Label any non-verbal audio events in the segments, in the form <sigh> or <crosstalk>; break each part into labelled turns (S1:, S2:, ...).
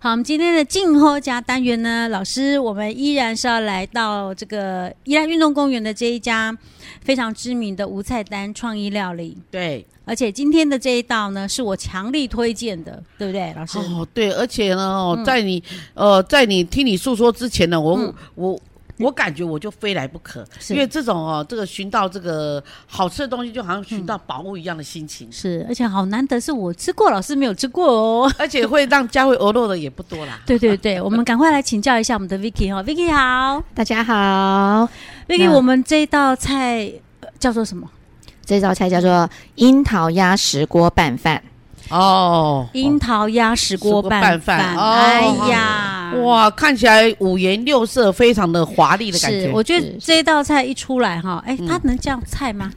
S1: 好，我们今天的静候家单元呢，老师，我们依然是要来到这个宜兰运动公园的这一家非常知名的无菜单创意料理，
S2: 对，
S1: 而且今天的这一道呢，是我强力推荐的，对不对，老师？
S2: 哦，对，而且呢，哦，在你呃，在你听你诉说之前呢，我、
S1: 嗯
S2: 我。我感觉我就非来不可，
S1: 是
S2: 因为这种哦，这个寻到这个好吃的东西，就好像寻到宝物一样的心情，
S1: 是，而且好难得是我吃过，老师没有吃过哦。
S2: 而且会让佳慧鹅肉的也不
S1: <laughs>
S2: 多啦。
S1: 对对对，我们赶快来请教一下我们的 Vicky 哈、哦、，Vicky 好
S3: 大家好，
S1: ，Vicky，
S3: 那
S1: 我们这一道菜、呃叫做什么？
S3: 这道菜叫做樱桃鸭石锅拌饭。
S2: 哦，
S1: 樱桃鸭石锅拌
S2: 石锅拌饭哦
S1: 哎呀，
S2: 哇，看起来五颜六色，非常的华丽的感
S1: 是
S2: 觉，。
S1: 我觉得
S3: 是是
S1: 这一道菜一出来哈，哎，
S2: 嗯
S1: 它能叫菜吗？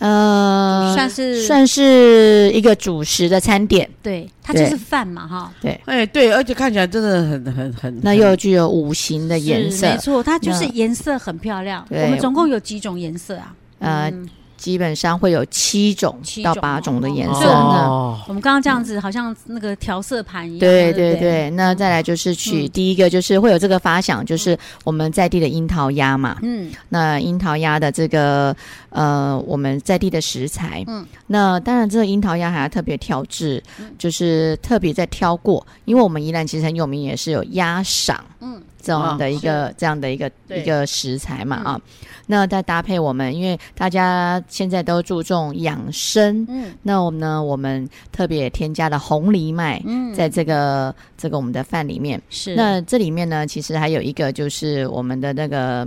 S3: 呃，
S1: 算是
S3: 算是一个主食的餐点，
S1: 对，它就是
S3: 对
S1: 饭嘛哈。
S2: 哎，对，而且看起来真的很很很，
S3: 那又具有五行的
S1: 是没
S3: 颜色。
S1: 错，它就是
S3: 那
S1: 颜色很漂亮。
S3: 对
S1: 我们总共有几种颜色啊？
S3: 呃
S1: 嗯，
S3: 基本上会有七种
S1: 七
S3: 到
S1: 种
S3: 八
S1: 哦
S3: 种的颜
S1: 哦
S3: 色呢。
S2: 哦，
S1: 我们刚刚这样子，好像那个调色盘一样。
S3: 对
S1: 对
S3: 对
S1: 不，
S3: 对，那再来就是取
S1: 嗯
S3: 第一个，就是会有这个发想，就是我们在地的樱桃鸭嘛。
S1: 嗯，
S3: 那樱桃鸭的这个呃，我们在地的食材，
S1: 嗯
S3: 嗯，那当然这个樱桃鸭还要特别挑制，就是特别在挑过，因为我们宜兰其实很有名，也是有鸭赏，
S1: 嗯
S3: 嗯，这样的一个、这样的一个
S2: 对
S3: 一个食材嘛啊，那再搭配我们，因为大家现在都注重养生，
S1: 嗯
S3: 那我们呢，我们特别添加了红藜麦，
S1: 嗯，
S3: 在这个这个我们的饭里面。
S1: 是
S3: 那这里面呢，其实还有一个就是我们的那个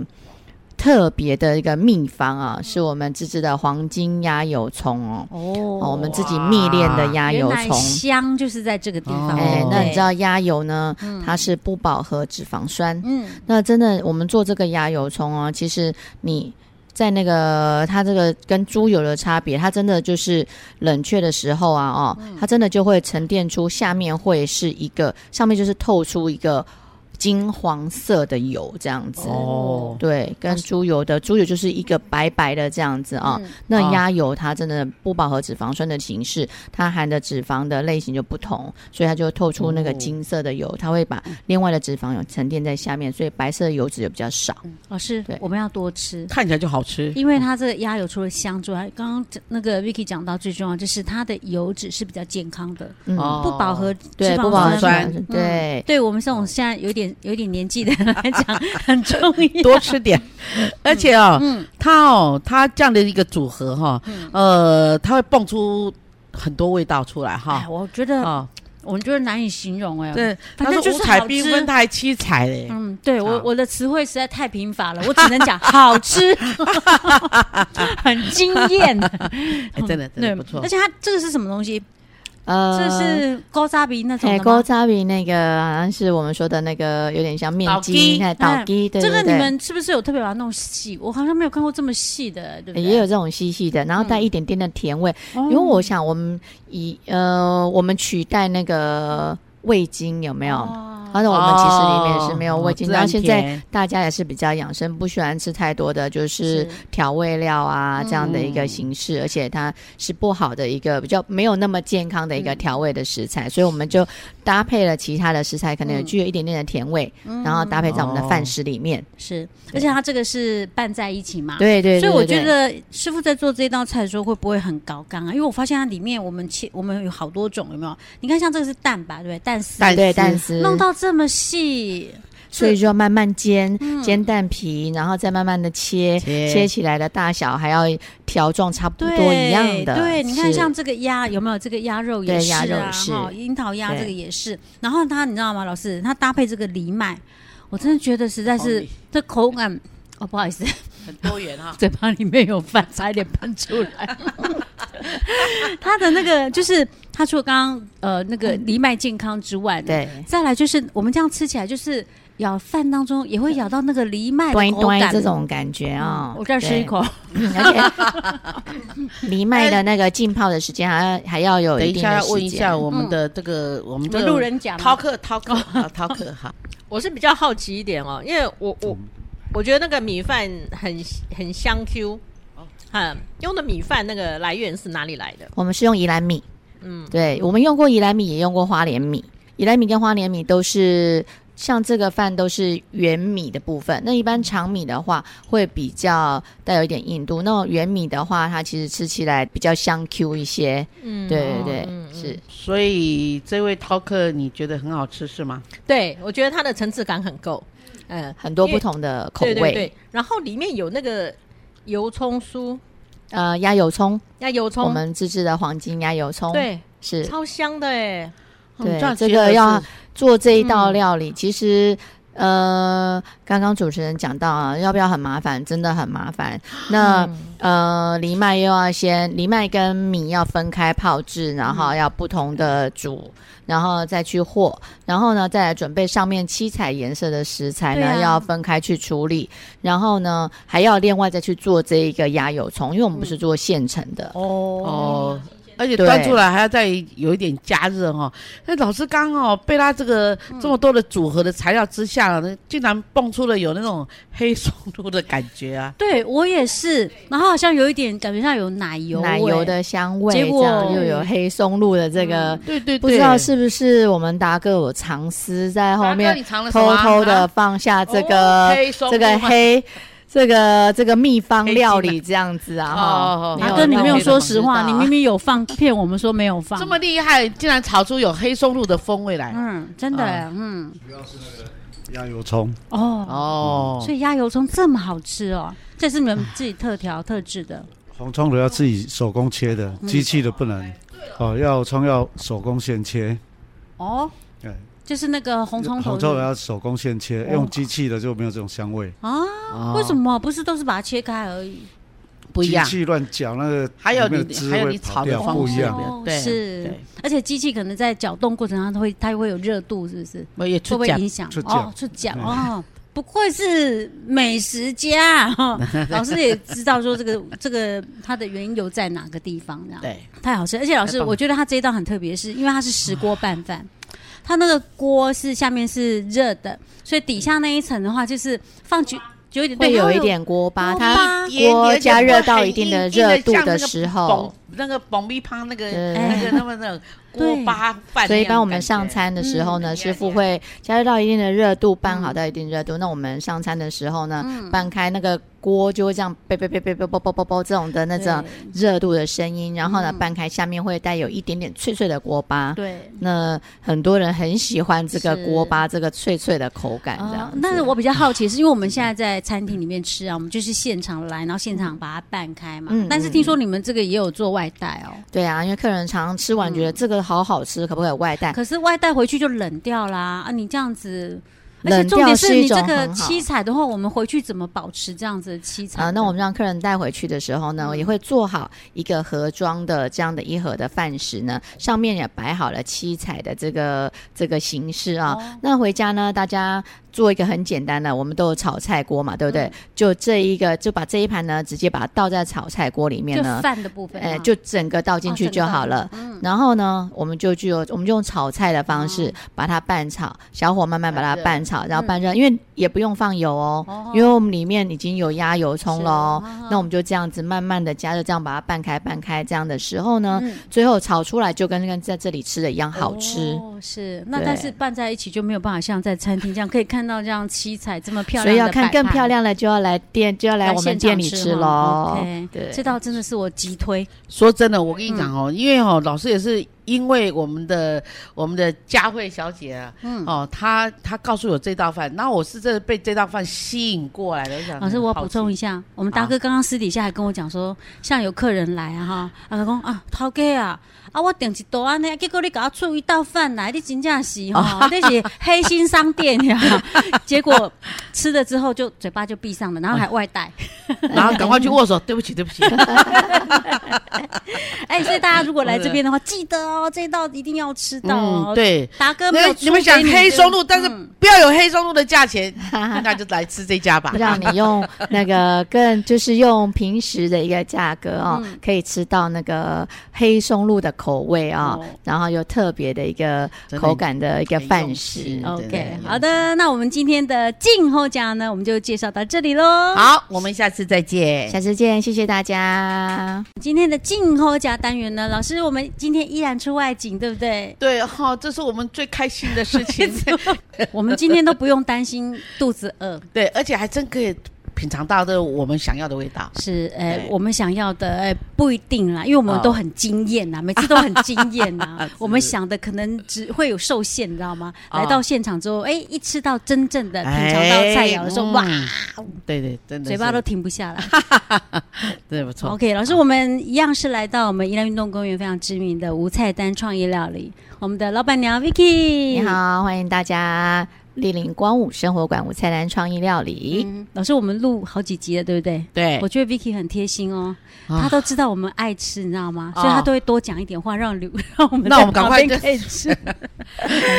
S3: 特别的一个秘方
S1: 嗯
S3: 啊，是我们自制的黄金鸭油葱哦，哦
S1: 哦
S3: 我们自己蜜炼的鸭油
S1: 原来
S3: 葱。
S1: 香就是在这个地方。
S2: 哦
S3: 哎，那你知道鸭油呢？
S1: 嗯
S3: 它是不饱和脂肪酸。
S1: 嗯
S3: 那真的，我们做这个鸭油葱哦，其实你在那个它这个跟猪油的差别，它真的就是冷却的时候啊，哦，它真的就会沉淀出下面会是一个，上面就是透出一个金黄色的油这样子。
S2: 哦
S3: 对，跟猪油的猪油就是一个白白的这样子啊、
S1: 嗯
S3: 那鸭油它真的不饱和脂肪酸的形式，它含的脂肪的类型就不同，所以它就透出那个
S2: 哦
S3: 金色的油，它会把另外的脂肪有沉淀在下面，所以白色的油脂就比较少。
S1: 老师
S3: 对，
S1: 我们要多吃。
S2: 看起来就好吃。
S1: 因为它这个鸭油除了香之外，刚刚那个 Vicky 讲到最重要就是它的油脂是比较健康的，
S3: 嗯，
S2: 哦
S1: 不饱和脂
S3: 对，不
S1: 肪
S3: 饱
S1: 酸
S3: 和
S1: 嗯
S3: 脂
S2: 酸
S3: 肪酸，嗯对。
S1: 对我们这种现在有点有点年纪的人来讲 <laughs> 很重要。
S2: <laughs> 多吃点，而且哦，
S1: 嗯
S2: 它哦，它这样的一个组合哈、
S3: 嗯
S2: 呃，它会蹦出很多味道出来
S1: 哎
S2: 哈，。
S1: 我觉得
S2: 哦，
S1: 我觉得难以形容哎。
S2: 对，
S1: 反
S2: 它
S1: 正
S2: 是
S1: 就
S2: 五
S1: 是
S2: 彩
S1: 好
S2: 缤
S1: 吃
S2: 纷，它还七彩嘞。
S1: 嗯，对我
S2: 好
S1: 我的词汇实在太贫乏了，我只能讲
S3: <laughs>
S1: 好吃，很惊艳，
S3: 嗯
S2: 哎真的真
S1: 对
S2: 的不错
S1: 而。且它这个是什么东西？
S3: 呃，
S1: 这是高渣鼻那种的
S3: 哎，
S1: 吗
S3: 勾扎比那个好像是我们说的那个，有点像面
S2: 倒
S3: 筋，
S2: 鸡
S3: 哎，
S1: 哎
S3: 倒鸡，对
S1: 这个
S3: 对
S1: 你
S3: 对，
S1: 们是不是有特别把它弄细？我好像没有看过这么细的，对不对？嗯
S3: 也有这种细细的，然后带一点点的甜味，
S1: 哦，
S3: 因为我想我们以呃，我们取代那个味精有没有？
S1: 哦
S3: 而且我们其实里面是没有味精，
S2: 哦
S3: 然后现
S2: 自然
S3: 在
S2: 甜
S3: 大家也是比较养生，不喜欢吃太多的就是调味料啊
S1: 嗯
S3: 这样的一个形式，而且它是不好的一个比较没有那么健康的一个
S1: 嗯
S3: 调味的食材，所以我们就搭配了其他的食材，可能也
S1: 嗯
S3: 具有一点点的甜味，然后搭配在我们的饭食里面。
S1: 是，而且它这个是拌在一起嘛。。
S3: 对对对
S1: 哦所以我觉
S3: 对
S1: 得师傅在做这道菜的时候会不会很高纲啊？因为我发现它里面我们切我们有好多种，有没有？你看像这个是蛋吧，对不对？蛋丝
S2: 蛋
S3: 对
S2: 丝
S3: 蛋丝
S1: 弄到这么细，
S3: 所以就要慢慢煎，
S1: 嗯
S3: 煎蛋皮，然后再慢慢的切，
S2: 切
S3: 切起来的大小还要条状差不
S1: 对，
S3: 多一样的。
S1: 对，你看
S3: 是
S1: 像这个鸭有没有？这个鸭肉也
S3: 对
S1: 是
S3: 鸭肉
S1: 啊，
S3: 是
S1: 哈，樱桃鸭
S3: 对
S1: 这个也是。然后它你知道吗，老师，它搭配这个藜麦，我真的觉得实在是
S2: 哦
S1: 这口感。哦，不好意思，。
S2: 很多元哈
S1: 嘴巴里面有饭，差一点喷出来。 <laughs> 它的那个就是，它除了刚刚呃那个藜麦健康之外，，
S3: 对，
S1: 再来就是我们这样吃起来，就是咬饭当中也会咬到那个藜麦
S3: 端
S1: 的
S3: 一
S1: 口
S3: 端
S1: 感。
S3: 这种感觉啊、
S1: 嗯我再吃一口，
S3: 对，嗯 <laughs> 而且藜麦的那个浸泡的时间还要还要有
S2: 等
S3: 一
S2: 一
S3: 定
S2: 下
S3: 的
S2: 要问
S3: 时
S2: 一下
S3: 间。嗯
S2: 我们的这个我们
S1: 我
S2: 这
S1: 们
S2: 个
S1: 路人甲嘛
S2: 饕客饕客啊饕客哈，
S4: 哦我是比较好奇一点哦，因为我我我觉得那个米饭很很香 Q，嗯，用的米饭那个来源是哪里来的？
S3: 我们是用宜兰米，
S4: 嗯，
S3: 对，我们用过宜兰米，也用过花莲米。以来米跟花莲米都是像这个饭都是圆米的部分，那一般长米的话会比较带有一点硬度，那种圆米的话，它其实吃起来比较香 Q 一些。
S4: 嗯，
S3: 对对对，
S4: 嗯嗯
S3: 是
S2: 所以这位饕客你觉得很好吃是吗？
S4: 对，我觉得它的层次感很够，嗯，
S3: 很多
S4: 因为
S3: 不同的口味。
S4: 对对对，然后里面有那个油葱酥，
S3: 呃，鸭油葱，
S4: 那油
S3: 我
S4: 葱，
S3: 们自制的黄金鸭油葱，，
S4: 对，
S3: 是
S4: 超香的哎，
S3: 对
S2: 这样
S3: 这
S2: 结合
S3: 个要
S2: 是
S3: 做这一
S1: 嗯
S3: 道料理，其实。呃，刚刚主持人讲到啊，要不要很麻烦？真的很麻烦。那、
S1: 嗯
S3: 呃，藜麦又要先，藜麦跟米要分开泡制，然后
S1: 嗯
S3: 要不同的煮，然后再去和，然后呢再来准备上面七彩颜色的食材呢，
S1: 对啊
S3: 要分开去处理，然后呢还要另外再去做这一个鸭油葱，因为我们不
S1: 嗯
S3: 是做现成的，
S2: 哦，而且
S3: 对
S2: 端出来还要再有一点加热哈、哦。那老师刚哦，被他这个这么多的组合的材料之下，呢，竟然蹦出了有那种黑松露的感觉啊！
S1: 对我也是，然后好像有一点感觉上有奶油
S3: 奶
S1: 味
S3: 油的香味，
S1: 结
S3: 这
S1: 果嗯
S3: 样又有黑松露的这个。
S2: <laughs> 对对对，
S3: 不知道是哦不是我们达哥有藏私在后
S2: 达哥
S3: 面
S2: 你藏了什么
S3: 偷
S2: 啊
S3: 偷的放下这个、
S2: 哦黑松露
S3: 这个
S2: 吗
S3: 黑这个这个秘方
S2: 黑
S3: 料
S2: 芝麻
S3: 理这样子啊？
S2: 哦
S3: 哈
S2: 没
S1: 阿
S2: 有
S1: 哥，你
S2: 让
S1: 没有
S2: 我
S1: 说
S2: 们
S1: 实话，你明明有放，骗我们说没有放。
S2: 这么厉害，竟然炒出有黑松露的风味来、
S1: 嗯，真的，
S2: 啊
S1: 嗯，
S5: 鸭油葱，
S1: 哦，
S2: 哦
S1: 所。以鸭油葱这么好吃哦，这是你们自己特调特制的，
S5: 红葱头要自己手工切的，
S2: 嗯
S5: 机器的不能。
S2: 啊
S5: 哦，要葱要手工现切，
S1: 哦，
S5: 对，
S1: 就是那个红葱头
S5: 红葱啊头要手工现切，用机器的就没有这种香味。
S1: 啊？
S2: 哦
S1: 为什么不是都是把它切开而已？
S2: 不一样
S5: 机？器乱搅那个，
S2: 还有
S5: 里面
S2: 你
S5: 的滋
S2: 还有你
S5: 味
S2: 炒
S5: 跑
S2: 的
S5: 掉
S2: 方
S5: 不
S2: 式
S5: 一样。
S1: 哦
S2: 对，
S1: 是
S2: 对
S1: 而且机器可能在搅动过程中，它会它会有热度，是不是？
S2: 我也
S1: 会
S2: 出
S1: 不会
S2: 讲
S1: 影响
S5: 出？奖
S1: 哦，出奖哦，不愧是美食家
S5: <laughs>
S1: 哈、老师也知道说这个这个它的原因有在哪个地方，这样
S2: 对，
S1: 太好吃。而且老师，
S2: 太棒
S1: 我觉得它这一道很特别，是因为它是石锅拌饭，它那个锅是下面是热的，所以底下那一层的话就是放久久一点，
S3: 会
S1: 对
S3: 有
S1: 它
S3: 一点锅巴，
S1: 锅
S3: 它
S1: 巴
S3: 锅加热到一定的热度的时
S2: 嘣
S3: 候，，
S2: 那个嘣咪汤那个
S3: 对
S2: 那个那么
S3: <laughs>
S2: 那种锅巴饭，
S3: 所以当我们上。餐的时候
S2: 嗯
S3: 呢，
S2: 嗯
S3: 师傅会加热到一定的热度，拌好到一定热度。那我们上餐的时候呢，
S2: 嗯
S3: 拌开那个锅就会这样啵啵啵啵啵啵啵啵啵这种的那种热度的声音，然后呢
S2: 嗯
S3: 拌开下面会带有一点点脆脆的锅巴。
S1: 对。
S3: 那很多人很喜欢这个
S1: 是
S3: 锅巴这个脆脆的口感，这样
S1: 啊
S3: 子。，
S1: 但是我比较好奇，是因为我们现在在餐厅里面吃啊，我们就是现场来，然后现场把它拌开嘛。
S3: 嗯
S1: 但是听说你们这个也有做外带哦，
S3: 对啊，因为客人常常吃完觉得这个好好吃，可不可以有外带？
S1: 可是外带回去就冷掉啦啊！你这样子，而且
S3: 冷
S1: 重点
S3: 掉
S1: 是
S3: 一
S1: 你这
S3: 种
S1: 个
S3: 很好。
S1: 七彩的话，我们回去怎么保持这样子的七彩
S3: 啊、
S1: 的？嗯
S3: 那我们让客人带回去的时候呢，我也会做好一个盒装的这样的一盒的饭食呢，上面也摆好了七彩的这个这个形式啊、
S1: 哦
S3: 那回家呢，大家做一个很简单的，我们都有炒菜锅嘛，对不对？
S1: 嗯
S3: 就这一个，就把这一盘呢，直接把它倒在炒菜锅里面
S1: 就
S3: 呢。
S1: 饭的部分啊，
S3: 呃，就整个倒进
S1: 哦
S3: 去嗯
S1: 整个
S3: 就
S1: 倒
S3: 好
S1: 进
S3: 了。然后呢，我们就具有我们就用炒菜的方式把它拌炒，小火慢慢把它哦拌炒，然后拌热，因为也不用放油哦，因为我们里面已经有压油葱了哦。那我们就这样子慢慢的加热，这样把它拌开拌开。这样的时候呢，
S1: 嗯
S3: 最后炒出来就跟跟在这里吃的一样嗯好吃。
S1: 哦，是那
S3: 对
S1: 但是拌在一起就没有办法像在餐厅这样可以看到这样七彩这么漂
S3: 所
S1: 亮，
S3: 以要看更漂。亮的，就要来店，就要来我们店里吃喽。对
S1: 这道真的是我急推，
S2: 说真的，我跟你
S3: 嗯
S2: 讲哦，因为哦，老师也是因为我们的我们的佳慧小姐啊，
S3: 嗯
S2: 哦，她她告诉我这道饭，然后我是真的被这道饭吸引过来的。想
S1: 老师，我补充一
S2: 下，
S1: 下，
S3: 啊
S1: 我们达
S2: 好
S1: 哥刚刚私底下还跟我讲说，像有客人来啊哈，啊讲啊，头家啊，啊我订一桌安尼，结果你给我出一道饭来，你真正是
S3: <laughs>
S1: 哈，那是黑心商店呀。 <laughs> 结果吃了之后就嘴巴就闭上了，然后还外带。
S2: 然后赶快
S3: <laughs>
S2: 去握手，对不起，对不起。嗯
S1: <laughs> 哎，所以大家如果来这边
S2: <laughs>
S1: 的话，记得哦，这一道一定要吃到哦。
S2: 嗯，，对。
S1: 达哥没
S2: 那
S1: 有
S2: 你们
S1: 出给
S2: 想黑
S1: 的
S2: 松露，但是
S1: 嗯
S2: 不要有黑松露的价钱，那就来吃这
S3: <laughs>
S2: 家吧。
S3: 让你用那个更就是用平时的一个价格哦，
S1: 嗯
S3: 可以吃到那个黑松露的口味哦，
S1: 哦
S3: 然后又特别的一个
S2: 真的
S3: 口感的一个
S2: 很
S3: 饭
S2: 用
S3: 食哦
S2: 心。
S1: OK，
S2: 对
S1: 好的，那我们今天的静候家呢，我们就介绍到这里喽。
S2: 好，我们下次再见。？
S3: 下次见，谢谢大家。
S1: 今天的静候家单元呢，老师，我们今天依然出出外景，对不对
S2: <laughs> 对哈、这是我们最开心的事
S1: <laughs>
S2: 情。
S1: 我们今天都不用担心肚子饿，
S2: 对，而且还真可以品尝到的我们想要的味道。
S1: 是呃
S2: 对，
S1: 我们想要的呃不一定啦，因为我们
S2: 哦
S1: 都很惊艳呐，每次都很惊艳
S2: <laughs>
S1: 呐。我们想的可能只会有受限，你知道吗？
S2: 哦
S1: 来到现场之后，哎，一吃到真正呃的品尝到菜肴的时候，
S2: 哎
S1: 哇，！
S2: 嗯对对，真的
S1: 嘴巴
S2: 是
S1: 都停不下来。
S2: 对不错。
S1: <laughs> OK，老师，我们一样是来到我们宜兰运动公园非常知名的无菜单创意料理，我们的老板娘 Vicky。
S3: 你，好，欢迎大家莅临光武生活馆五菜单创意料理。
S1: 嗯，老师，我们录好几集了，对不对？
S2: 对
S1: 我，觉得 Vicky 很贴心哦，
S2: 哎啊
S1: 她都知道我们爱吃，你知道吗？
S2: 哦
S1: 所以她都会多讲一点话，让留 <laughs> 让我们
S2: 那我们
S1: 在
S2: 赶
S1: 旁
S2: 快
S1: 边
S2: 就
S1: 可以吃。嗯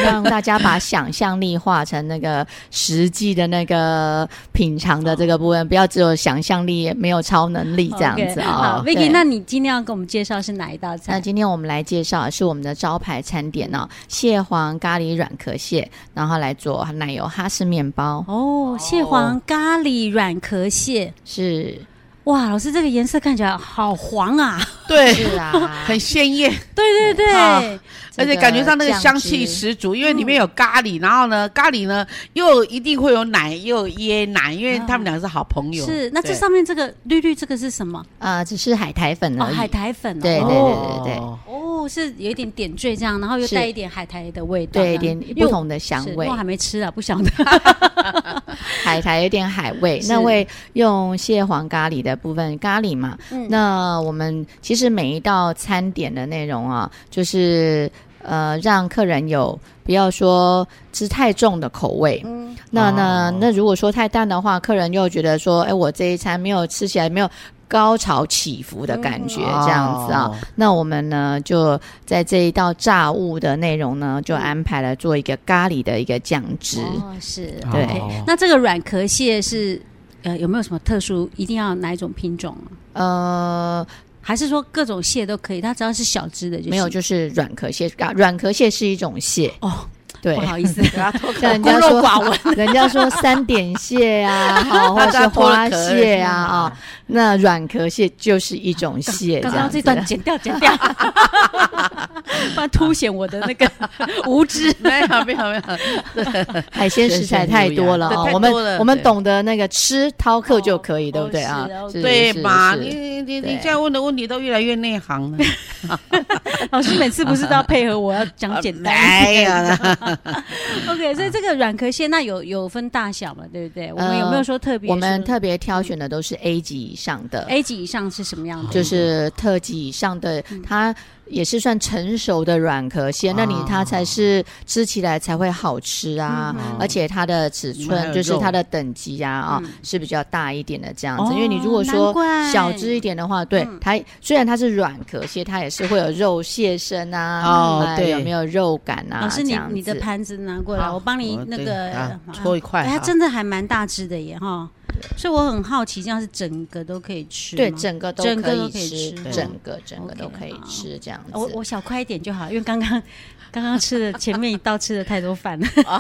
S3: 让大家把想象力化成那个实际的那个品尝的这个部分，不要只有想象力，没有超能力这样子
S1: OK，
S3: 啊
S1: 好。
S3: 对
S1: ，Vicky，那你今天要给我们介绍是哪一道
S3: 那
S1: 菜？
S3: 今天我们来介绍的是我们的招牌餐点哦，蟹黄咖喱软壳蟹，然后来做奶油哈士面包，
S1: 哦，蟹黄咖喱软壳蟹， <laughs>
S3: 是
S1: 哇，老师这个颜色看起来好黄啊！ <laughs>
S2: 对，
S3: 是啊，
S2: 很鲜艳，
S1: 对对
S2: 好
S1: 对，
S2: 而且感觉到那个香气
S3: 是。
S2: 十足，因为里面有咖喱，然后呢，咖喱呢又一定会有奶，又有椰奶，因为他们两个是好朋友。
S1: 哦是。那这
S2: 对
S1: 上面这个绿绿这个是什么？
S3: 呃，只是海苔粉
S1: 哦，
S3: 而已。
S1: 海苔粉哦。
S3: 对对
S1: 哦
S3: 对对对
S2: 哦
S1: 哦，是有一点点缀这样，然后又
S3: 是
S1: 带一点海苔的味道这
S3: 对，
S1: 样，
S3: 一点
S1: 啊因为我
S3: 不同的香
S1: 是因
S3: 味
S1: 为我，还没吃啊，不晓得。
S3: 海苔有点海味。那
S1: 是
S3: 会用蟹黄咖喱的部分咖喱嘛？
S1: 嗯
S3: 那我们其实每一道餐点的内容啊，就是呃，让客人有不要说吃太重的口味。
S1: <laughs> 嗯
S3: 那那
S2: 哦
S3: 那如果说太淡的话，客人又觉得说，哎，我这一餐没有吃起来没有高潮起伏的感觉，这样子啊。
S2: 哦
S3: 那我们呢，就在这一道炸物的内容呢，就安排了做一个咖喱的一个酱汁。
S1: 哦，是
S5: 好
S3: 对
S5: 好好
S1: 那这个软壳蟹是呃有没有什么特殊？一定要哪一种品种啊？
S3: 呃，
S1: 还是说各种蟹都可以？它只要是小只的就行
S3: 没有，就是软壳蟹，啊软壳蟹是一种蟹，
S1: 哦，
S3: 对
S1: 不。好意思， <laughs>
S3: 像 <laughs> 人
S1: 孤
S3: 家说 <laughs>
S1: 陋寡，
S3: 人家说三点蟹啊，好，或
S2: 大
S3: 者是
S2: 家脱
S3: 花
S2: 了壳
S3: 蟹啊，啊，那软壳蟹就是一种蟹，
S1: 刚
S3: 这样
S1: 刚
S3: 子
S1: 这段剪掉，剪
S3: <laughs>
S1: 掉，不然凸显我的那个 <laughs> 无知。
S2: <laughs> 没有没有没有，
S3: 海鲜食材太多了啊
S2: 对，太
S3: 我们
S2: 多了
S3: 我们
S2: 对
S3: 懂得那个吃饕客就可以，
S1: 哦
S3: 对不对啊
S1: 哦？
S3: 是
S2: 对
S3: 是
S2: 嘛？
S3: 是
S2: 你你你你
S3: 对
S2: 现在问的问题都越来越内行了。
S1: 老师每次不是都要配合我要讲简单
S3: 呃
S1: 一点？<laughs>
S2: 没有了，
S1: OK，所以这个软壳蟹那有有分大小嘛，对不对？我们
S3: 呃
S1: 有没有说特别说？
S3: 我们特别挑选的都是 A 级以上的，
S1: A 级以上是什么样子？
S3: 就是特级以上的，
S1: 嗯
S3: 它也是算成熟的软壳
S1: 啊
S3: 蟹，那你它才是吃起来才会好吃啊，而且它的尺
S2: 你们还
S3: 寸
S2: 有
S3: 就是
S2: 肉
S3: 它的等级啊啊
S1: 嗯
S3: 是比较大一点的这样子，
S1: 哦
S3: 因为你如果
S1: 难
S3: 说
S1: 怪嗯
S3: 小只一点的话，对它虽然它是软壳蟹，它也是会有肉蟹身啊，
S2: 哦
S3: 哎
S2: 对
S3: 有没有肉感啊？
S1: 老师，
S3: 这
S1: 你
S3: 样
S1: 你的
S3: 子
S1: 盘子拿过来，
S2: 好
S1: 我帮你
S2: 我
S1: 那
S2: 对
S1: 个
S2: 啊
S1: 啊
S2: 搓一块
S1: 哎它
S2: 好
S1: 真的还蛮大只的耶哈，所以我很好奇，这样是整个都可以吃吗？
S3: 对整个都
S1: 整个
S3: 可
S1: 都
S3: 以
S1: 可以
S3: 吃
S1: 吃，
S3: 整
S1: 哦
S3: 个整个
S1: OK，
S3: 都可以
S1: 好
S3: 吃这样
S1: 哦我
S3: 子。
S1: 我小块一点就好，因为刚刚刚刚吃的前面一道吃的太多饭了。
S2: 哦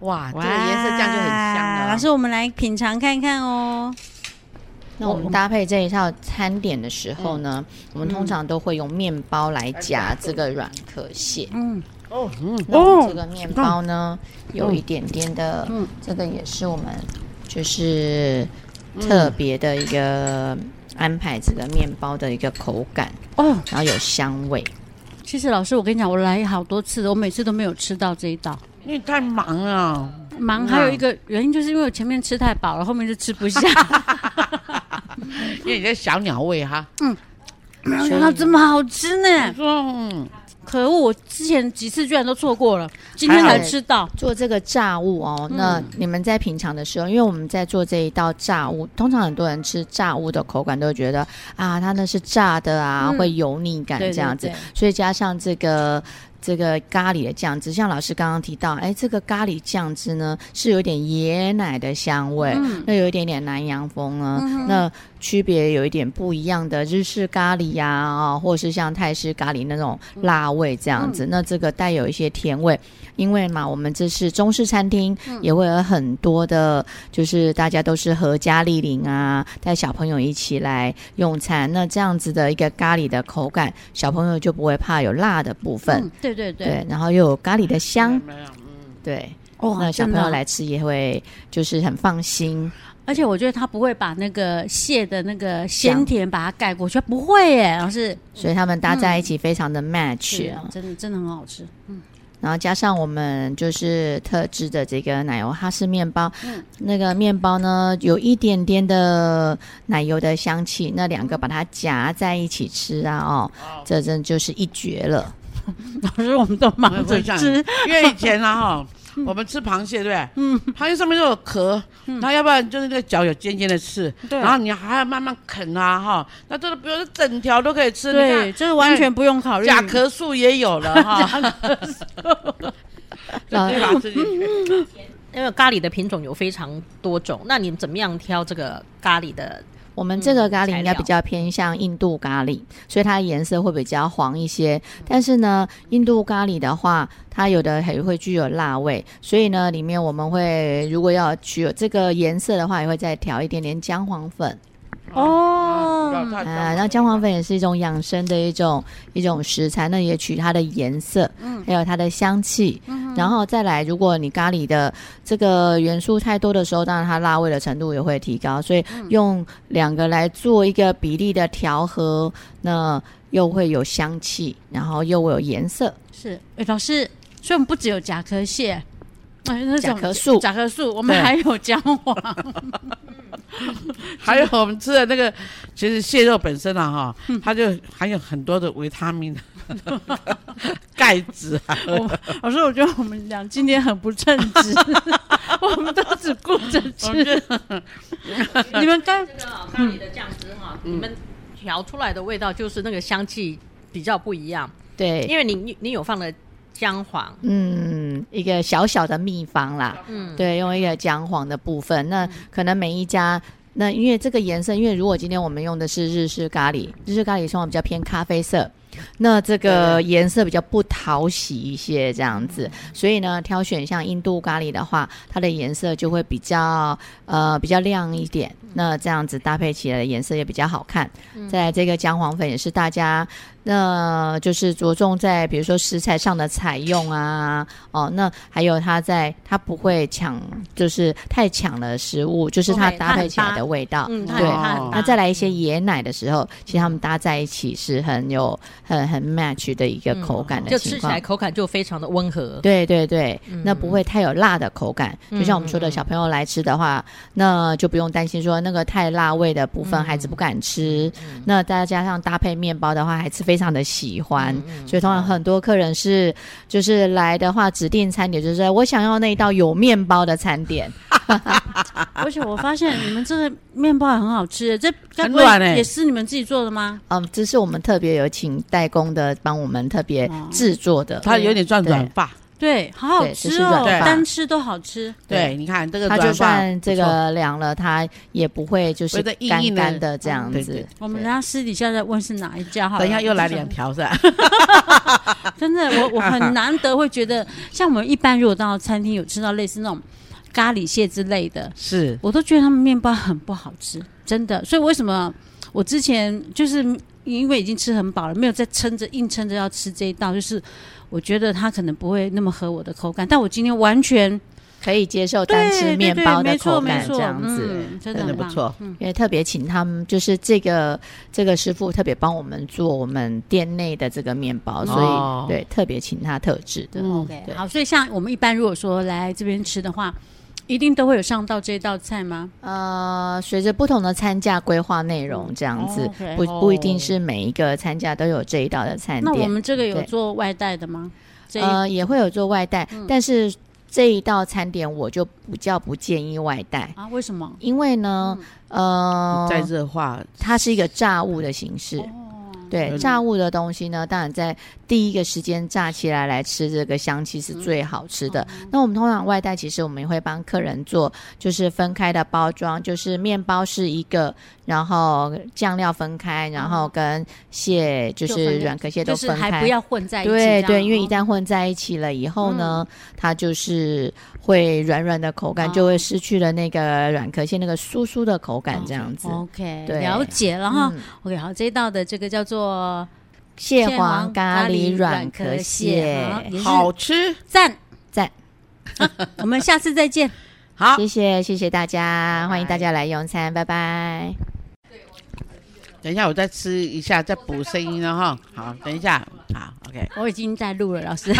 S2: 哇，这个颜色酱就很香了。
S1: 老师，我们来品尝看看哦。
S3: 那我们搭配这一套餐点的时候呢，我们通常都会用面包来夹这个软壳蟹。
S1: 嗯，
S3: 那我们这个面包呢，有一点点的，这个也是我们就是特别的一个安排，这个面包的一个口感，
S1: 哦，
S3: 然后有香味。
S1: 其实老师，我跟你讲，我来好多次了，我每次都没有吃到这一道。
S2: 因为太忙了，
S1: 忙还有
S2: 嗯
S1: 一个原因，就是因为我前面吃太饱了，后面就吃不
S2: <laughs>
S1: 下。
S2: 因为你这小鸟胃哈。
S1: 没想到这么好吃呢！
S2: 嗯，
S1: 可恶，我之前几次居然都错过了，今天才吃到。
S3: 做这个炸物哦，
S1: 嗯
S3: 那你们在品尝的时候，因为我们在做这一道炸物，通常很多人吃炸物的口感都会觉得啊，它那是炸的啊，
S1: 嗯
S3: 会油腻感
S1: 对
S3: 这样子，
S1: 对对
S3: 所以加上这个这个咖喱的酱汁，像老师刚刚提到，哎，这个咖喱酱汁呢是有点椰奶的香味，
S1: 嗯
S3: 那有一点点南洋风呢，那区别有一点不一样的日式咖喱呀、啊，或是像泰式咖喱那种
S1: 嗯
S3: 辣味这样子，那这个带有一些甜味，因为嘛，我们这是中式餐厅，
S1: 嗯
S3: 也会有很多的，就是大家都是合家莅临啊，带小朋友一起来用餐，那这样子的一个咖喱的口感，小朋友就不会怕有辣的部分。
S1: 嗯，对对对，
S3: 对，然后又有咖喱的香，
S2: 没有，嗯，
S3: 对，
S1: 哇
S3: 那小
S1: 真
S3: 朋
S1: 的
S3: 友来吃也会就是很放心，
S1: 而且我觉得他不会把那个蟹的那个鲜甜把它盖过去，不会耶，老师
S3: 所以他们搭在一起非常的
S1: 是
S3: match
S1: 啊
S3: 啊、
S1: 真的真的很好吃。 <laughs>
S3: 然后加上我们就是特制的这个奶油哈士面包，那个面包呢有一点点的奶油的香气，那两个把它夹在一起吃啊，哦，这真就是一绝了。
S1: 老师，我们都忙着吃，
S2: 因为以前啊哈，我们吃螃蟹对不对？嗯，螃蟹上面都有壳，然后要不然就是那个脚有尖尖的刺，
S1: 对
S2: 然后你还要慢慢啃啊哈，那这个比如说整条都可以吃，你看
S1: 对，就是完全不用考虑。
S2: 甲壳素也有了哈，
S3: 老
S2: 对吧？自己
S4: 因为咖喱的品种有非常多种，那你们怎么样挑这个咖喱的？
S3: 我们这个咖喱
S4: 材
S3: 应该
S4: 料
S3: 比较偏向印度咖喱，所以它的颜色会比较黄一些。但是呢，印度咖喱的话，它有的还会具有辣味，所以呢，里面我们会如果要具有这个颜色的话，也会再调一点点姜黄粉
S1: 哦
S2: 啊不要太
S3: 啊。那姜黄粉也是一种养生的一种一种食材，那也取它的颜色，
S4: 嗯
S3: 还有它的香气。然后再来，如果你咖喱的这个元素太多的时候，当然它辣味的程度也会提高，所以
S4: 嗯
S3: 用两个来做一个比例的调和，那又会有香气，然后又会有颜色。
S1: 是，哎，老师，所以我们不只有甲壳蟹，哎，那种
S3: 甲壳素
S1: 甲壳素，我们还有姜黄，
S2: 还有我们吃的那个，其实蟹肉本身啊，哈，它就含有很多的维他命、 <laughs> 钙质啊。
S1: 老师，我觉得我们俩今天很不称职， <laughs> 我们都只顾着吃。 <laughs> 你们该
S4: 这个咖喱的酱汁哈，
S3: 嗯
S4: 你们调出来的味道就是那个香气比较不一样，
S3: 对，
S4: 因为你你你有放了姜黄，
S3: 嗯，一个小小的秘方啦。
S4: 嗯，
S3: 对，用一个姜黄的部分。那可能每一家，那因为这个颜色，因为如果今天我们用的是日式咖喱，日式咖喱通常比较偏咖啡色，那这个颜色比较不讨喜一些，这样子。所以呢，挑选像印度咖喱的话，它的颜色就会比较呃比较亮一点，那这样子搭配起来的颜色也比较好看。
S4: 嗯
S3: 再来这个姜黄粉也是大家。那就是着重在比如说食材上的采用啊，哦，那还有它在它不会抢，就是太抢了食物，就是它
S4: 不会
S3: 搭配
S4: 它
S3: 起来
S4: 很
S3: 的
S4: 搭
S3: 味道。
S4: 嗯，它嗯
S3: 对
S4: 很它很
S2: 哦
S3: 啊
S4: 搭
S3: 那再来一些椰奶的时候，其实它们搭在一起是很有很很 match 的一个口感
S4: 嗯就
S3: 的
S4: 吃
S3: 情
S4: 起
S3: 况。
S4: 来口感就非常的温和，
S3: 对对对，
S4: 嗯
S3: 那不会太有辣的口感。
S4: 嗯
S3: 就像我们说的，小朋友来吃的话，那就不用担心说那个太辣味的部
S4: 嗯
S3: 分孩子不敢吃。那再加上搭配面包的话，孩子非常的喜欢。
S4: 嗯
S3: 所以通常很多客人是就是来的话，指定餐点就是我想要那一道有面包的餐点。
S1: 而且我发现你们这个面包也很好吃， <laughs> 这该不
S2: 软欸
S1: 会也是你们自己做的吗？
S3: 嗯，这是我们特别有请代工的帮我们特别
S1: 哦
S3: 制作的。
S2: 它有点算软发，
S1: 对，好好
S3: 对这
S1: 吃
S3: 是
S1: 哦，
S3: 软
S2: 饭
S1: 单吃都好吃。
S2: 对，你看这个
S3: 它
S2: 软
S3: 就
S2: 发，
S3: 算这个凉了，它也不会就是
S2: 不会再硬
S3: 干
S2: 硬的
S3: 干的
S1: 嗯
S3: 这样
S2: 对
S3: 子
S2: 对。
S1: 我们等一下私底下再问是哪一家好了。
S2: 不错，等一下又来
S1: 就是
S2: 两条是吧？
S1: 真的，我我很难得会觉 <laughs> 得，像我们一般如果到餐厅有吃到类似那种咖喱蟹之类的，
S2: 是，
S1: 我都觉得他们面包很不好吃，真的。所以为什么我之前就是因为已经吃很饱了，没有再撑着硬撑着要吃这一道，就是我觉得它可能不会那么合我的口感，但我今天完全
S3: 可以接受单吃面包的
S1: 对对对
S3: 口
S1: 没
S3: 感
S1: 错
S3: 这样子。
S1: 没错嗯真的
S2: 真的
S1: 很
S2: 不
S1: 棒。
S2: 错。
S3: 因为特别请他们，就是这个这个师傅特别帮我们做我们店内的这个面包，所以、
S2: 哦
S3: 对特别请他特制的。
S2: 嗯
S1: OK，
S3: 对
S1: 好，所以像我们一般如果说来这边吃的话，一定都会有上到这道菜吗？
S3: 呃，随着不同的餐架规划内容这样子，
S1: 哦，OK
S3: 不不一定是每一个餐架都有这一道的餐
S1: 那我
S3: 点。
S1: 们这个有
S3: 对
S1: 做外带的吗？这一嗯
S3: 呃，也会有做外带，但是这一道餐点我就比较不建议外带，
S1: 啊，为什么？
S3: 因为呢，
S1: 嗯
S2: 再
S3: 呃，
S2: 热化，
S1: 哦
S3: 它是一个炸物的形式。对
S2: 嗯
S3: 炸物的东西呢，当然在第一个时间炸起来来吃这个香气
S1: 嗯
S3: 是最好吃
S1: 哦
S3: 的。那我们通常外带，其实我们也会帮客人做，就是分开的包装，就是面包是一个，然后酱料分开，然后跟蟹就
S1: 嗯就分
S3: 是
S1: 开
S3: 软壳蟹
S1: 就
S3: 都
S1: 是
S3: 分
S1: 还
S3: 开
S1: 不。要混在一起这
S3: 对
S1: 样。
S3: 对，因为一
S1: 哦
S3: 旦混在一起了以后呢，它就是会软软的口感，就会失去了那个软壳蟹那个酥酥的口
S1: 哦
S3: 感，这样子。
S1: OK，
S3: 对
S1: 了解了哈。
S3: 嗯
S1: OK，好，这一道的这个叫做
S3: 蟹黄咖喱软壳蟹，
S1: 好也是
S2: 好吃，
S1: 赞
S3: 赞。
S1: 好 <laughs> 我们下次再见。
S2: 好，
S3: 谢谢谢谢大家，欢迎大家来用餐，拜拜。
S2: 等一下我再吃一下，再补声音了哈。好，等一下，好，OK。
S1: 我已经在录了，老
S3: <laughs>
S1: 师，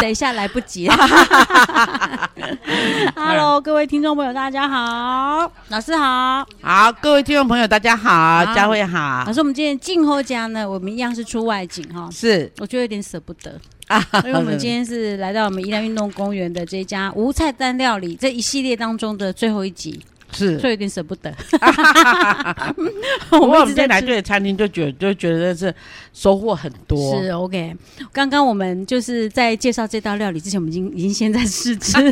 S1: 等一下来不及了。Hello，各位听众朋友，大家好，老师好，
S2: 好，各位听众朋友，大家好，
S1: 好
S2: 佳慧好
S1: 老，师，我们今天静候家呢，我们一样是出外景哈。
S2: 是
S1: 我就有点舍不得，
S2: 啊，
S1: 因为我们今天是来到我们宜兰运动公园的这一家无菜单料理这一系列当中的最后一集，所
S2: 是，
S1: 以有点舍不
S3: <laughs>
S1: 得。
S2: 不过我
S1: 一
S2: 们
S1: 直
S2: 今天来
S1: 吃
S2: 对的餐厅就觉就觉得是收获很多，
S1: 是 OK。刚刚我们就是在介绍这道料理之前，我们已经已经先在试吃， <laughs>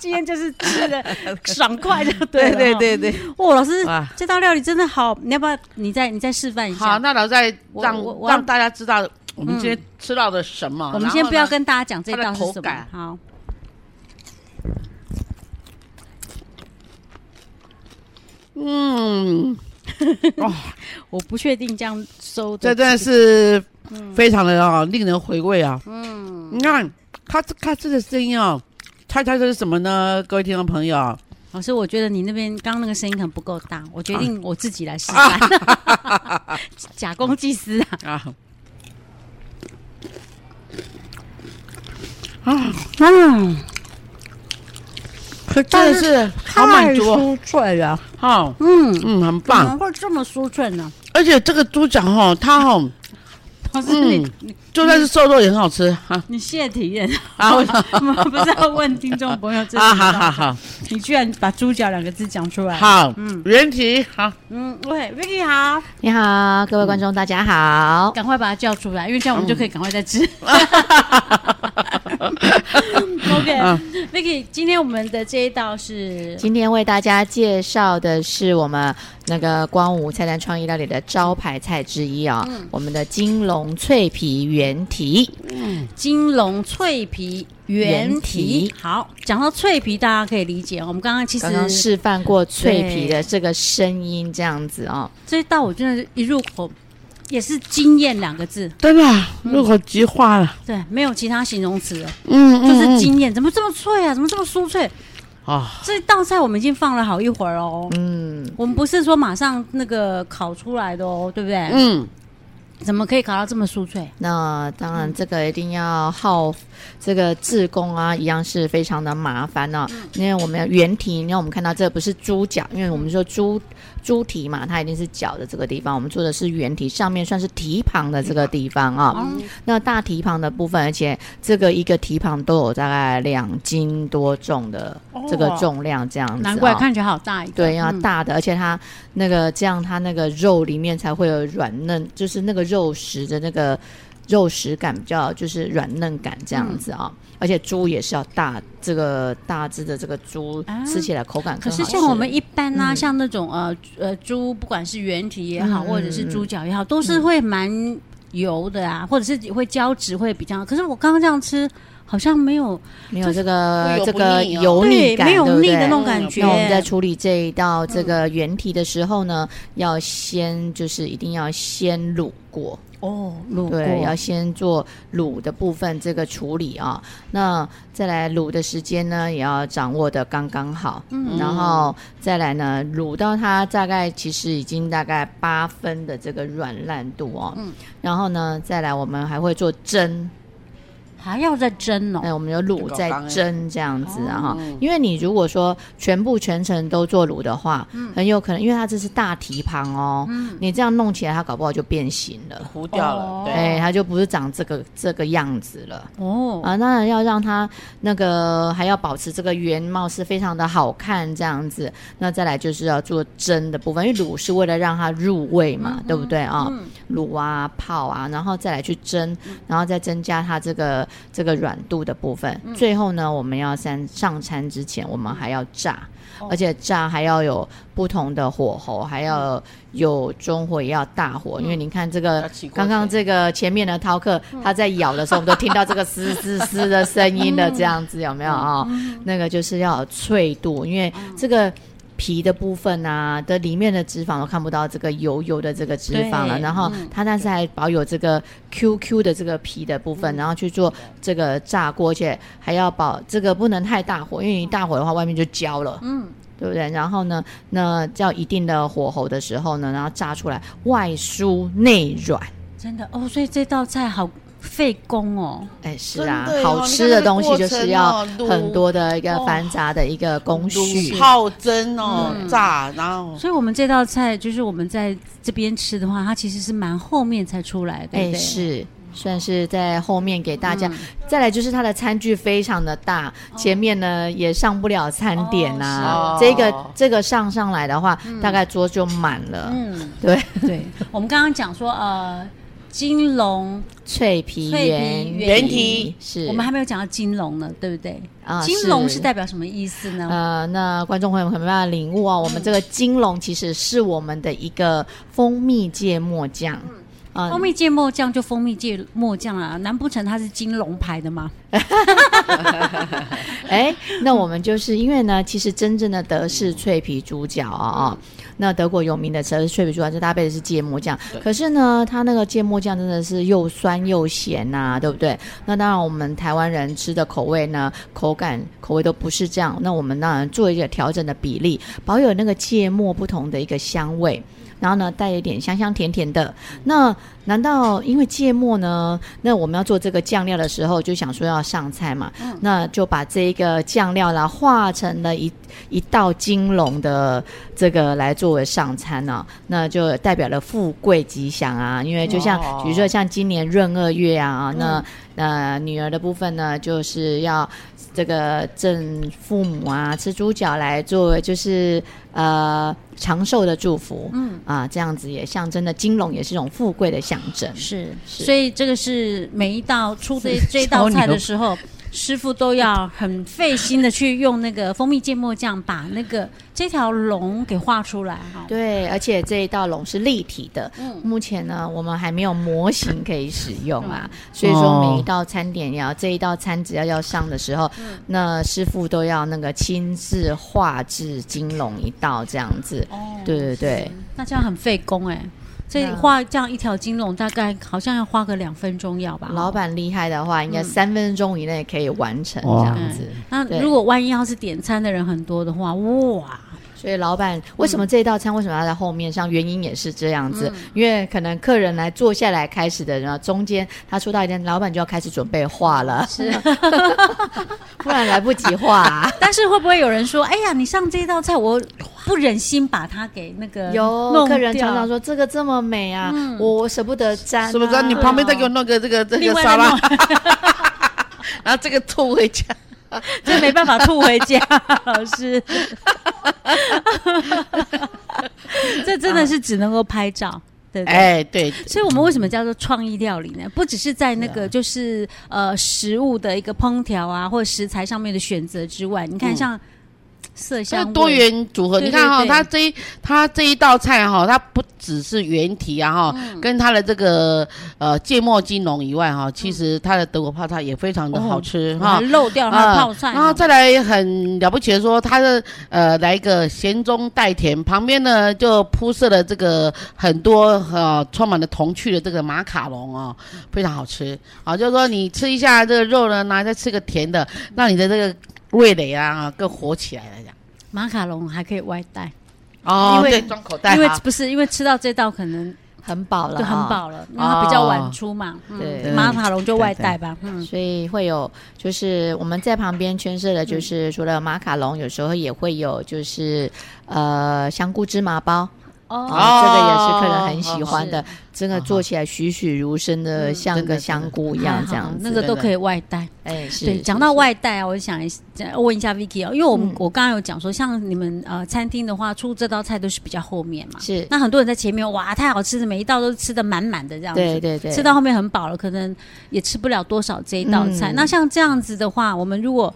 S1: 今天就是吃的爽快就对
S2: 对
S1: 了。
S2: <laughs> 对对对，
S1: 哇，老 <laughs> 师，
S2: 哇。
S1: 这道料理真的好，你要不要你再你再示范一下？
S2: 好，那老师再
S1: 我
S2: 让
S1: 我我
S2: 让大家知道我们今天吃到的什么。
S1: 我们
S2: 然
S1: 先
S2: 后
S1: 不要
S2: 呢
S1: 跟大家讲这
S2: 它的
S1: 道是
S2: 口
S1: 什么
S2: 感。
S1: 好，
S2: 嗯，
S1: <laughs> 我不确定这样收
S2: 这
S1: 得
S2: 真的是
S1: 嗯
S2: 非常的啊、令人回味啊。嗯，你看他他这个声音哦，猜猜这是什么呢？各位听众朋友，
S1: 老师，我觉得你那边刚刚那个声音可能不够大，我决
S2: 啊
S1: 定我自己来示范，
S2: <laughs>
S1: 假公济私啊！
S2: 啊，
S1: 嗯，
S2: 可真的是好满足哦
S1: 酥脆了，
S2: 哈、
S1: 嗯，
S2: 嗯，很
S1: 怎
S2: 棒。
S1: 么会这么酥脆呢？
S2: 而且这个猪脚哈、哦，它哈、哦，
S1: 老师，你
S2: 嗯，就算是瘦肉也很好吃哈。
S1: 你谢体验，
S2: 啊，为什么？
S1: <laughs> 我们不是要问听众朋友这
S2: 啊，
S1: 是
S2: 好
S1: 什
S2: 好
S1: 么？
S2: 好
S1: 你居然把“猪脚”两个字讲出来。，
S2: 好，
S1: 嗯
S2: 原题好，
S1: 嗯，喂，Vicky 好，
S3: 你好，各位观众，大家好。
S1: 赶快把它叫出来，因为这样我们就可以赶快再
S2: <laughs>
S1: 吃。
S2: 嗯
S1: OK，Vicky，今天我们的这一道是
S3: 今天为大家介绍的是我们那个光武菜单创意料理的招牌菜之一啊、我们的金龙脆皮原蹄。
S1: 金龙脆皮原
S3: 原
S1: 蹄
S3: 蹄。
S1: 好，讲到脆皮，大家可以理解。哦我们刚刚其实
S3: 刚刚示范过脆皮的这个声音，这样子哦。
S1: 这一道，我真的是一入口也是惊艳两个字，
S2: 真的啊入口即化了。
S1: 对，没有其他形容词了，
S2: 嗯，
S1: 就
S2: 嗯
S1: 是
S2: 嗯
S1: 惊艳。怎么这么脆啊？怎么这么酥脆？
S2: 啊，
S1: 这道菜我们已经放了好一会儿哦。
S3: 嗯，
S1: 我们不是说马上那个烤出来的哦，对不对？
S2: 嗯，
S1: 怎么可以烤到这么酥脆？
S3: 那当然这个一定要耗这个自工啊，一样是非常的麻烦哦。
S1: 嗯
S3: 因为我们的原蹄，那我们看到这不是猪脚，因为我们说猪猪蹄嘛，它一定是脚的这个地方，我们做的是原蹄，上面算是蹄旁的这个地方啊、
S1: 嗯
S3: 那大蹄旁的部分，而且这个一个蹄旁都有大概两斤多重的这个
S2: 哦
S3: 重量这样子、哦，
S1: 难怪看起来好大一个。
S3: 对，要
S1: 嗯
S3: 大的，而且它那个这样，它那个肉里面才会有软嫩，就是那个肉食的那个肉食感比较就是软嫩感这样子啊、
S1: 嗯
S3: 而且猪也是要大，这个大只的这个猪、
S1: 啊
S3: 吃起来口感
S1: 可
S3: 更
S1: 是
S3: 好吃。
S1: 像我们一般呢、
S3: 嗯
S1: 像那种呃呃猪，不管是原蹄也好，
S3: 嗯嗯嗯
S1: 或者是猪脚也好，都是会蛮油的啊，或者是会胶质会比较。可是我刚刚这样吃，好像没有
S3: 没有这个
S2: 会有
S3: 这
S2: 不
S3: 个
S2: 腻哦
S3: 油腻
S1: 对，
S3: 感，
S1: 没
S3: 对
S1: 有
S3: 不
S1: 腻的
S3: 对
S1: 那种感觉。嗯
S3: 那我们在处理这一道这个原题的时候呢，要先就是一定要先卤过，
S1: 哦，卤
S3: 对，要
S1: 过
S3: 先做卤的部分这个处理啊、那再来卤的时间呢，也要掌握的刚刚好。嗯，然后再来呢，卤到它大概其实已经大概八分的这个软烂度哦。嗯，然后呢，再来我们还会做蒸。
S1: 还要再蒸哦。
S3: 哎，我们有卤再蒸这样子啊哈
S2: 嗯，
S3: 因为你如果说全部全程都做卤的话，很有可能，因为它这是大蹄膀哦，你这样弄起来，它搞不好就变形了，
S2: 糊掉
S1: 哦
S2: 了，对，
S3: 哎，它就不是长这个这个样子了。
S1: 哦，
S3: 啊，当然要让它那个还要保持这个原貌是非常的好看这样子。那再来就是要做蒸的部分，因为卤是为了让它入味嘛，对不对啊？卤啊、泡啊，然后再来去蒸，
S2: 嗯
S3: 然后再增加它这个这个软度的部分。
S2: 嗯
S3: 最后呢，我们要上上餐之前，我们还要炸。
S2: 哦
S3: 而且炸还要有不同的火候，还要有中火，也要大火，因为您看这
S2: 嗯要
S3: 个
S2: 起嗯锅
S3: 刚刚
S2: 前
S3: 这个前面的饕客，他在咬的时候，我们都听到这个嘶嘶嘶的声音的，这样子有没有啊、
S2: 嗯
S3: 那个就是要有脆度，因为这个。皮的部分啊的里面的脂肪都看不到这个油油的这个脂肪了，
S1: 对
S3: 然后
S2: 嗯
S3: 它但是还保有这个 QQ 的这个皮的部分，然后去做这个炸锅，而且还要保这个不能太大火，因为你大火的话外面就焦了，
S1: 嗯，
S3: 对不对？然后呢，那叫一定的火候的时候呢，然后炸出来外酥内软，
S1: 真的哦，所以这道菜好费工哦。
S3: 哎，是
S2: 真
S3: 啊
S2: 的，耶
S3: 好
S2: 你
S3: 吃
S2: 看
S3: 的
S2: 那个
S3: 东西
S2: 过
S3: 就是
S2: 程
S3: 要
S2: 哦卤
S3: 很多的一个
S2: 哦
S3: 繁杂的一个工序
S2: 卤。泡蒸哦，炸，然
S3: 嗯
S2: 后
S1: 所以我们这道菜就是我们在这边吃的话，它其实是蛮后面才出来，对不嗯
S3: 哎，
S1: 对？
S3: 是。算是在后面给大家，再来就是它的餐具非常的大，
S1: 哦
S3: 前面呢也上不了餐点呐、
S2: 哦是
S3: 这个
S2: 哦
S3: 这个上上来的话，大概桌就满了。
S1: 嗯，
S3: <laughs> 对，
S1: 对。我们刚刚讲说，呃，金龙，
S3: 脆皮
S1: 脆皮
S3: 圆
S1: 圆
S2: 蹄
S3: 是，
S1: 我们还没有讲到金龙呢，对不对？
S3: 啊
S1: 金龙是代表什么意思呢？
S3: 呃，那观众朋友们可没办法领悟哦，我们这个金龙其实是我们的一个蜂蜜芥末酱。啊
S1: 嗯哦蜂蜜芥末酱就蜂蜜芥末酱啊，难不成它是金龙牌的吗？
S3: 哎，那我们就是因为呢，其实真正的德式脆皮猪脚啊、啊、那德国有名的德式脆皮猪脚，这搭配的是芥末酱。可是呢，它那个芥末酱真的是又酸又咸呐、对不对？那当然，我们台湾人吃的口味呢，口感口味都不是这样。那我们当然做一个调整的比例，保有那个芥末不同的一个香味。然后呢，带一点香香甜甜的。那难道因为芥末呢？那我们要做这个酱料的时候，就想说要上菜嘛，那就把这一个酱料啦化成了一一道金龙的这个来作为上餐呢、那就代表了富贵吉祥啊。因为就像、
S2: 哦
S3: 比如说像今年闰二月啊，那呃女儿的部分呢，就是要这个赠父母啊吃猪脚来作为就是呃长寿的祝福，嗯啊这样子也象征的金龙也是一种富贵的象征。
S1: 是，
S3: 是
S1: 所以这个是每一道出
S3: <laughs>
S1: 这这一道菜的时候，师傅都要很费心的去用那个蜂蜜芥末酱把那个这条龙给画出来啊哈。
S3: 对，而且这一道龙是立体的。目前呢，我们还没有模型可以使用啊，所以说每一道餐点要这一道餐只要要上的时候，那师傅都要那个亲自画制金龙一道这样子。
S1: 哦
S3: 对对对，
S1: 那这样很费工哎、这
S3: 那
S1: 画这样一条金龙，大概好像要花个两分钟要吧。
S3: 老板厉害的话，应该三分钟以内可以完成这
S5: 哇
S3: 样子。
S1: 那
S3: 对
S1: 如果万一要是点餐的人很多的话，哇，
S3: 所以老板为什么这道餐为什么要在后面上？原因也是这样子，因为可能客人来坐下来开始的，然后中间他说到一点，老板就要开始准备画了， <laughs> 是，不然来不及画、啊。
S1: 但是会不会有人说，哎呀，你上这道菜，我不忍心把它给那个
S3: <laughs> 有
S1: 弄
S3: 客人
S1: 掉
S3: 常常说这个这么美啊，我我舍不得沾、啊，
S2: 是不是？你旁边再给我弄个这个这
S1: 另
S2: 个
S1: 外再
S2: 沙
S1: 弄
S2: 拉，
S1: <laughs>
S2: 然后这个吐回家，
S1: 这没办法吐回
S2: <laughs>
S1: 家，老师。 <laughs> 这真的是只能够拍照，对不对？
S2: 哎，对，
S1: 所以我们为什么叫做创意料理呢？不只是在那个就是呃食物的一个烹调啊，或者食材上面的选择之外，你看
S2: 嗯
S1: 像色
S2: 这
S1: 香
S2: 个
S1: 味
S2: 多元组合，
S1: 对
S2: 你看
S1: 对
S2: 哈、
S1: 对
S2: 它这一它这一道菜哈、它不只是原题啊哈、跟它的这个呃芥末金龙以外哈、其实它的德国泡菜也非常的好吃哈。
S1: 还漏掉它的
S2: 啊
S1: 泡菜
S2: 然后
S1: 啊，
S2: 再来很了不起的说，它的呃来一个咸中带甜，旁边呢就铺设了这个很多呃充满了童趣的这个马卡龙哦，非常好吃。啊，就是说你吃一下这个肉呢，然后再吃个甜的，让你的这个味蕾啊更活起来来讲。
S1: 马卡龙还可以外带，
S2: 哦
S1: 因为
S2: 对，装口袋啊
S1: 因为
S2: 哈。
S1: 不是因为吃到这道可能
S3: <laughs> 很饱了，
S1: 就很。饱了，因为它比较晚出嘛。
S3: 哦对
S1: 嗯马卡龙就外带吧。嗯，
S3: 所以会有，就是我们在旁边圈设的，就是除了马卡龙，有时候也会有，就是呃香菇芝麻包，
S1: 哦，
S3: 啊，这个也是客
S2: 哦
S3: 人很喜欢的，真
S1: 啊
S3: 的做起来栩栩如生
S1: 嗯
S3: 的，像
S2: 真的
S3: 个香菇一
S1: 太
S3: 样
S1: 好
S3: 这样
S1: 了
S3: 子。
S1: 那个
S2: 真
S1: 都
S2: 的
S1: 可以外带。
S3: 哎，是
S1: 啊对，
S3: 是
S1: 讲到
S3: 是
S1: 外带啊，我就想一想问一下 Vicky 哦，因为我们、
S3: 嗯
S1: 我刚刚有讲说，像你们呃餐厅的话，出这道菜都是比较后面嘛。
S3: 是，
S1: 那很多人在前面哇，太好吃了，每一道都吃的满满的这样子。
S3: 对对对，
S1: 吃到后面很饱了，可能也吃不了多少这一道菜。
S3: 嗯
S1: 那像这样子的话，我们如果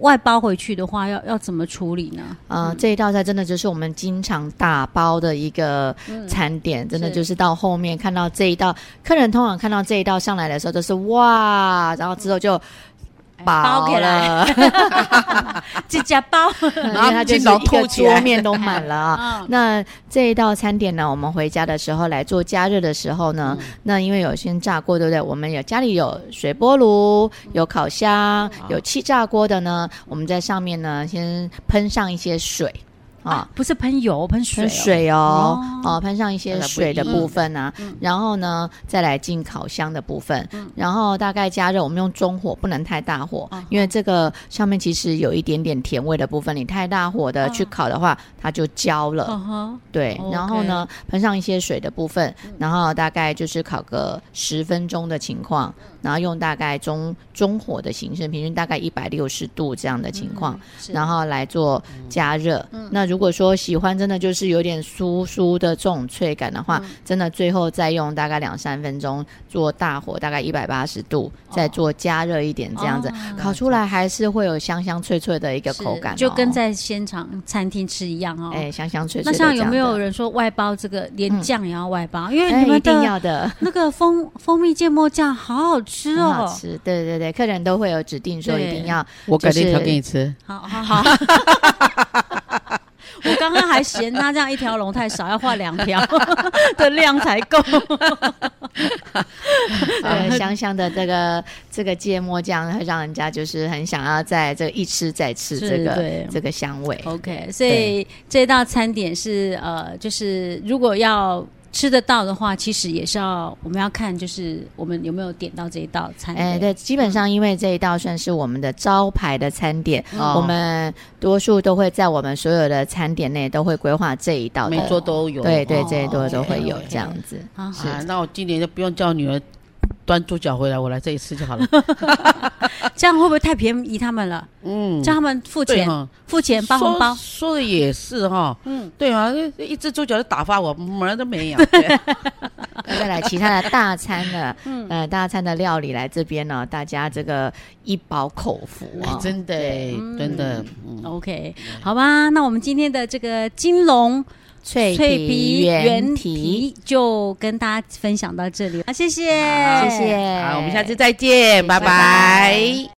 S1: 外包回去的话，要要怎么处理呢？
S3: <laughs> 呃，这一道菜真的就是我们经常打包的一个餐点，真的
S1: 嗯是
S3: 就是到后面看到这一道，客人通常看到这一道上来的时候，就是哇，然后之后就
S1: 哎包
S3: 饱
S1: 起来
S3: 了，
S1: 指甲包，
S3: <laughs> 因为它就是
S2: 然后
S3: 一
S2: 透
S3: 个
S2: 起来
S3: 桌面 <laughs> 都满了啊。
S1: 嗯，
S3: 那这一道餐点呢，我们回家的时候来做加热的时候呢，那因为有先炸过，对不对？我们有家里有水波炉、有烤箱、有气炸锅的呢，我们在上面呢先喷上一些水啊
S1: 啊，不是喷油，喷水、
S3: 喷。水哦，
S1: 哦
S3: 哦、喷上一些水的部分啊，然后呢，再来进烤箱的部分，然后大概加热，我们用中火，不能太大火，因为这个上面其实有一点点甜味的部分，你太大火的去烤的话，它就焦了，
S1: 嗯哼，
S3: 对，
S1: OK
S3: 然后呢，喷上一些水的部分，然后大概就是烤个十分钟的情况，然后用大概中中火的形式，平均大概一百六十度这样的情况，
S1: 是嗯
S3: 嗯然后来做加热。那如果说喜欢真的就是有点酥酥的这种脆感的
S1: 嗯
S3: 话，真的最后再用大概两三分钟做大火，大概一百八十度再做加热一点这样子，
S1: 哦
S3: 烤出来还是会有香香脆脆的一个口感哦、
S1: 就跟在现场餐厅吃一样哦。
S3: 哎香香脆
S1: 那
S3: 脆的
S1: 像
S3: 这
S1: 有
S3: 样
S1: 没有
S3: 的？
S1: 人说外包这个连
S3: 嗯
S1: 酱也要外包？因为
S3: 哎
S1: 你
S3: 一
S1: 们
S3: 定
S1: 的哦
S3: 要的，
S1: 那个蜂蜂蜜芥末酱好好吃
S3: 很好
S1: 哦，
S3: 吃，对对对，客人都会有指定说一定要，
S2: 我改
S3: 就是
S2: 一条给你吃，
S1: 好 <laughs> 好好。我刚刚还嫌它这样一条龙太少，要画两条 <laughs> 的量才够。 <laughs> 嗯
S3: 呃，香香的这个这个芥末酱，会让人家就是很想要在这个一吃再吃
S1: 是
S3: 这
S1: 对
S3: 个这个香味。
S1: OK，所以这道餐点是呃，就是如果要吃得到的话，其实也是要我们要看，就是我们有没有点到这一道餐点。
S3: 哎，对，基本
S2: 嗯
S3: 上因为这一道算是我们的招牌的餐点，
S2: 哦
S3: 我们多数都会在我们所有的餐点内都会规划这一道的
S2: 每桌都有。
S3: 对对，
S2: 哦
S3: 这一桌都会有
S1: OK，OK
S3: 这样子。
S1: 啊，
S2: 啊，那我今年就不用叫女儿端猪脚回来，我来这里吃
S1: <laughs>
S2: 就好了。
S1: 这样会不会太便宜他们了？
S2: 嗯，
S1: 叫他们付
S2: 对
S1: 钱，
S2: 哈，
S1: 付钱包红包。
S2: 说说的也是哈，
S1: 嗯
S2: 嗯，对啊，一一只猪脚就打发我，门儿都没有。
S1: <laughs>
S2: 对
S3: 再来其他的大餐
S2: <laughs>
S3: 呢，
S2: 嗯
S3: 呃，大餐的料理来这边呢，大家这个一饱口福
S2: 哎
S3: 啊，
S2: 真的哎，真的，嗯
S1: OK，好吧，那我们今天的这个金龙
S3: 脆皮
S1: 皮
S3: 原
S1: 原
S3: 蹄，
S1: 题就跟大家分享到这里啊，谢谢，
S3: 谢谢，
S2: 嗯哎好，我们下次再见，拜
S3: 拜拜
S2: 拜。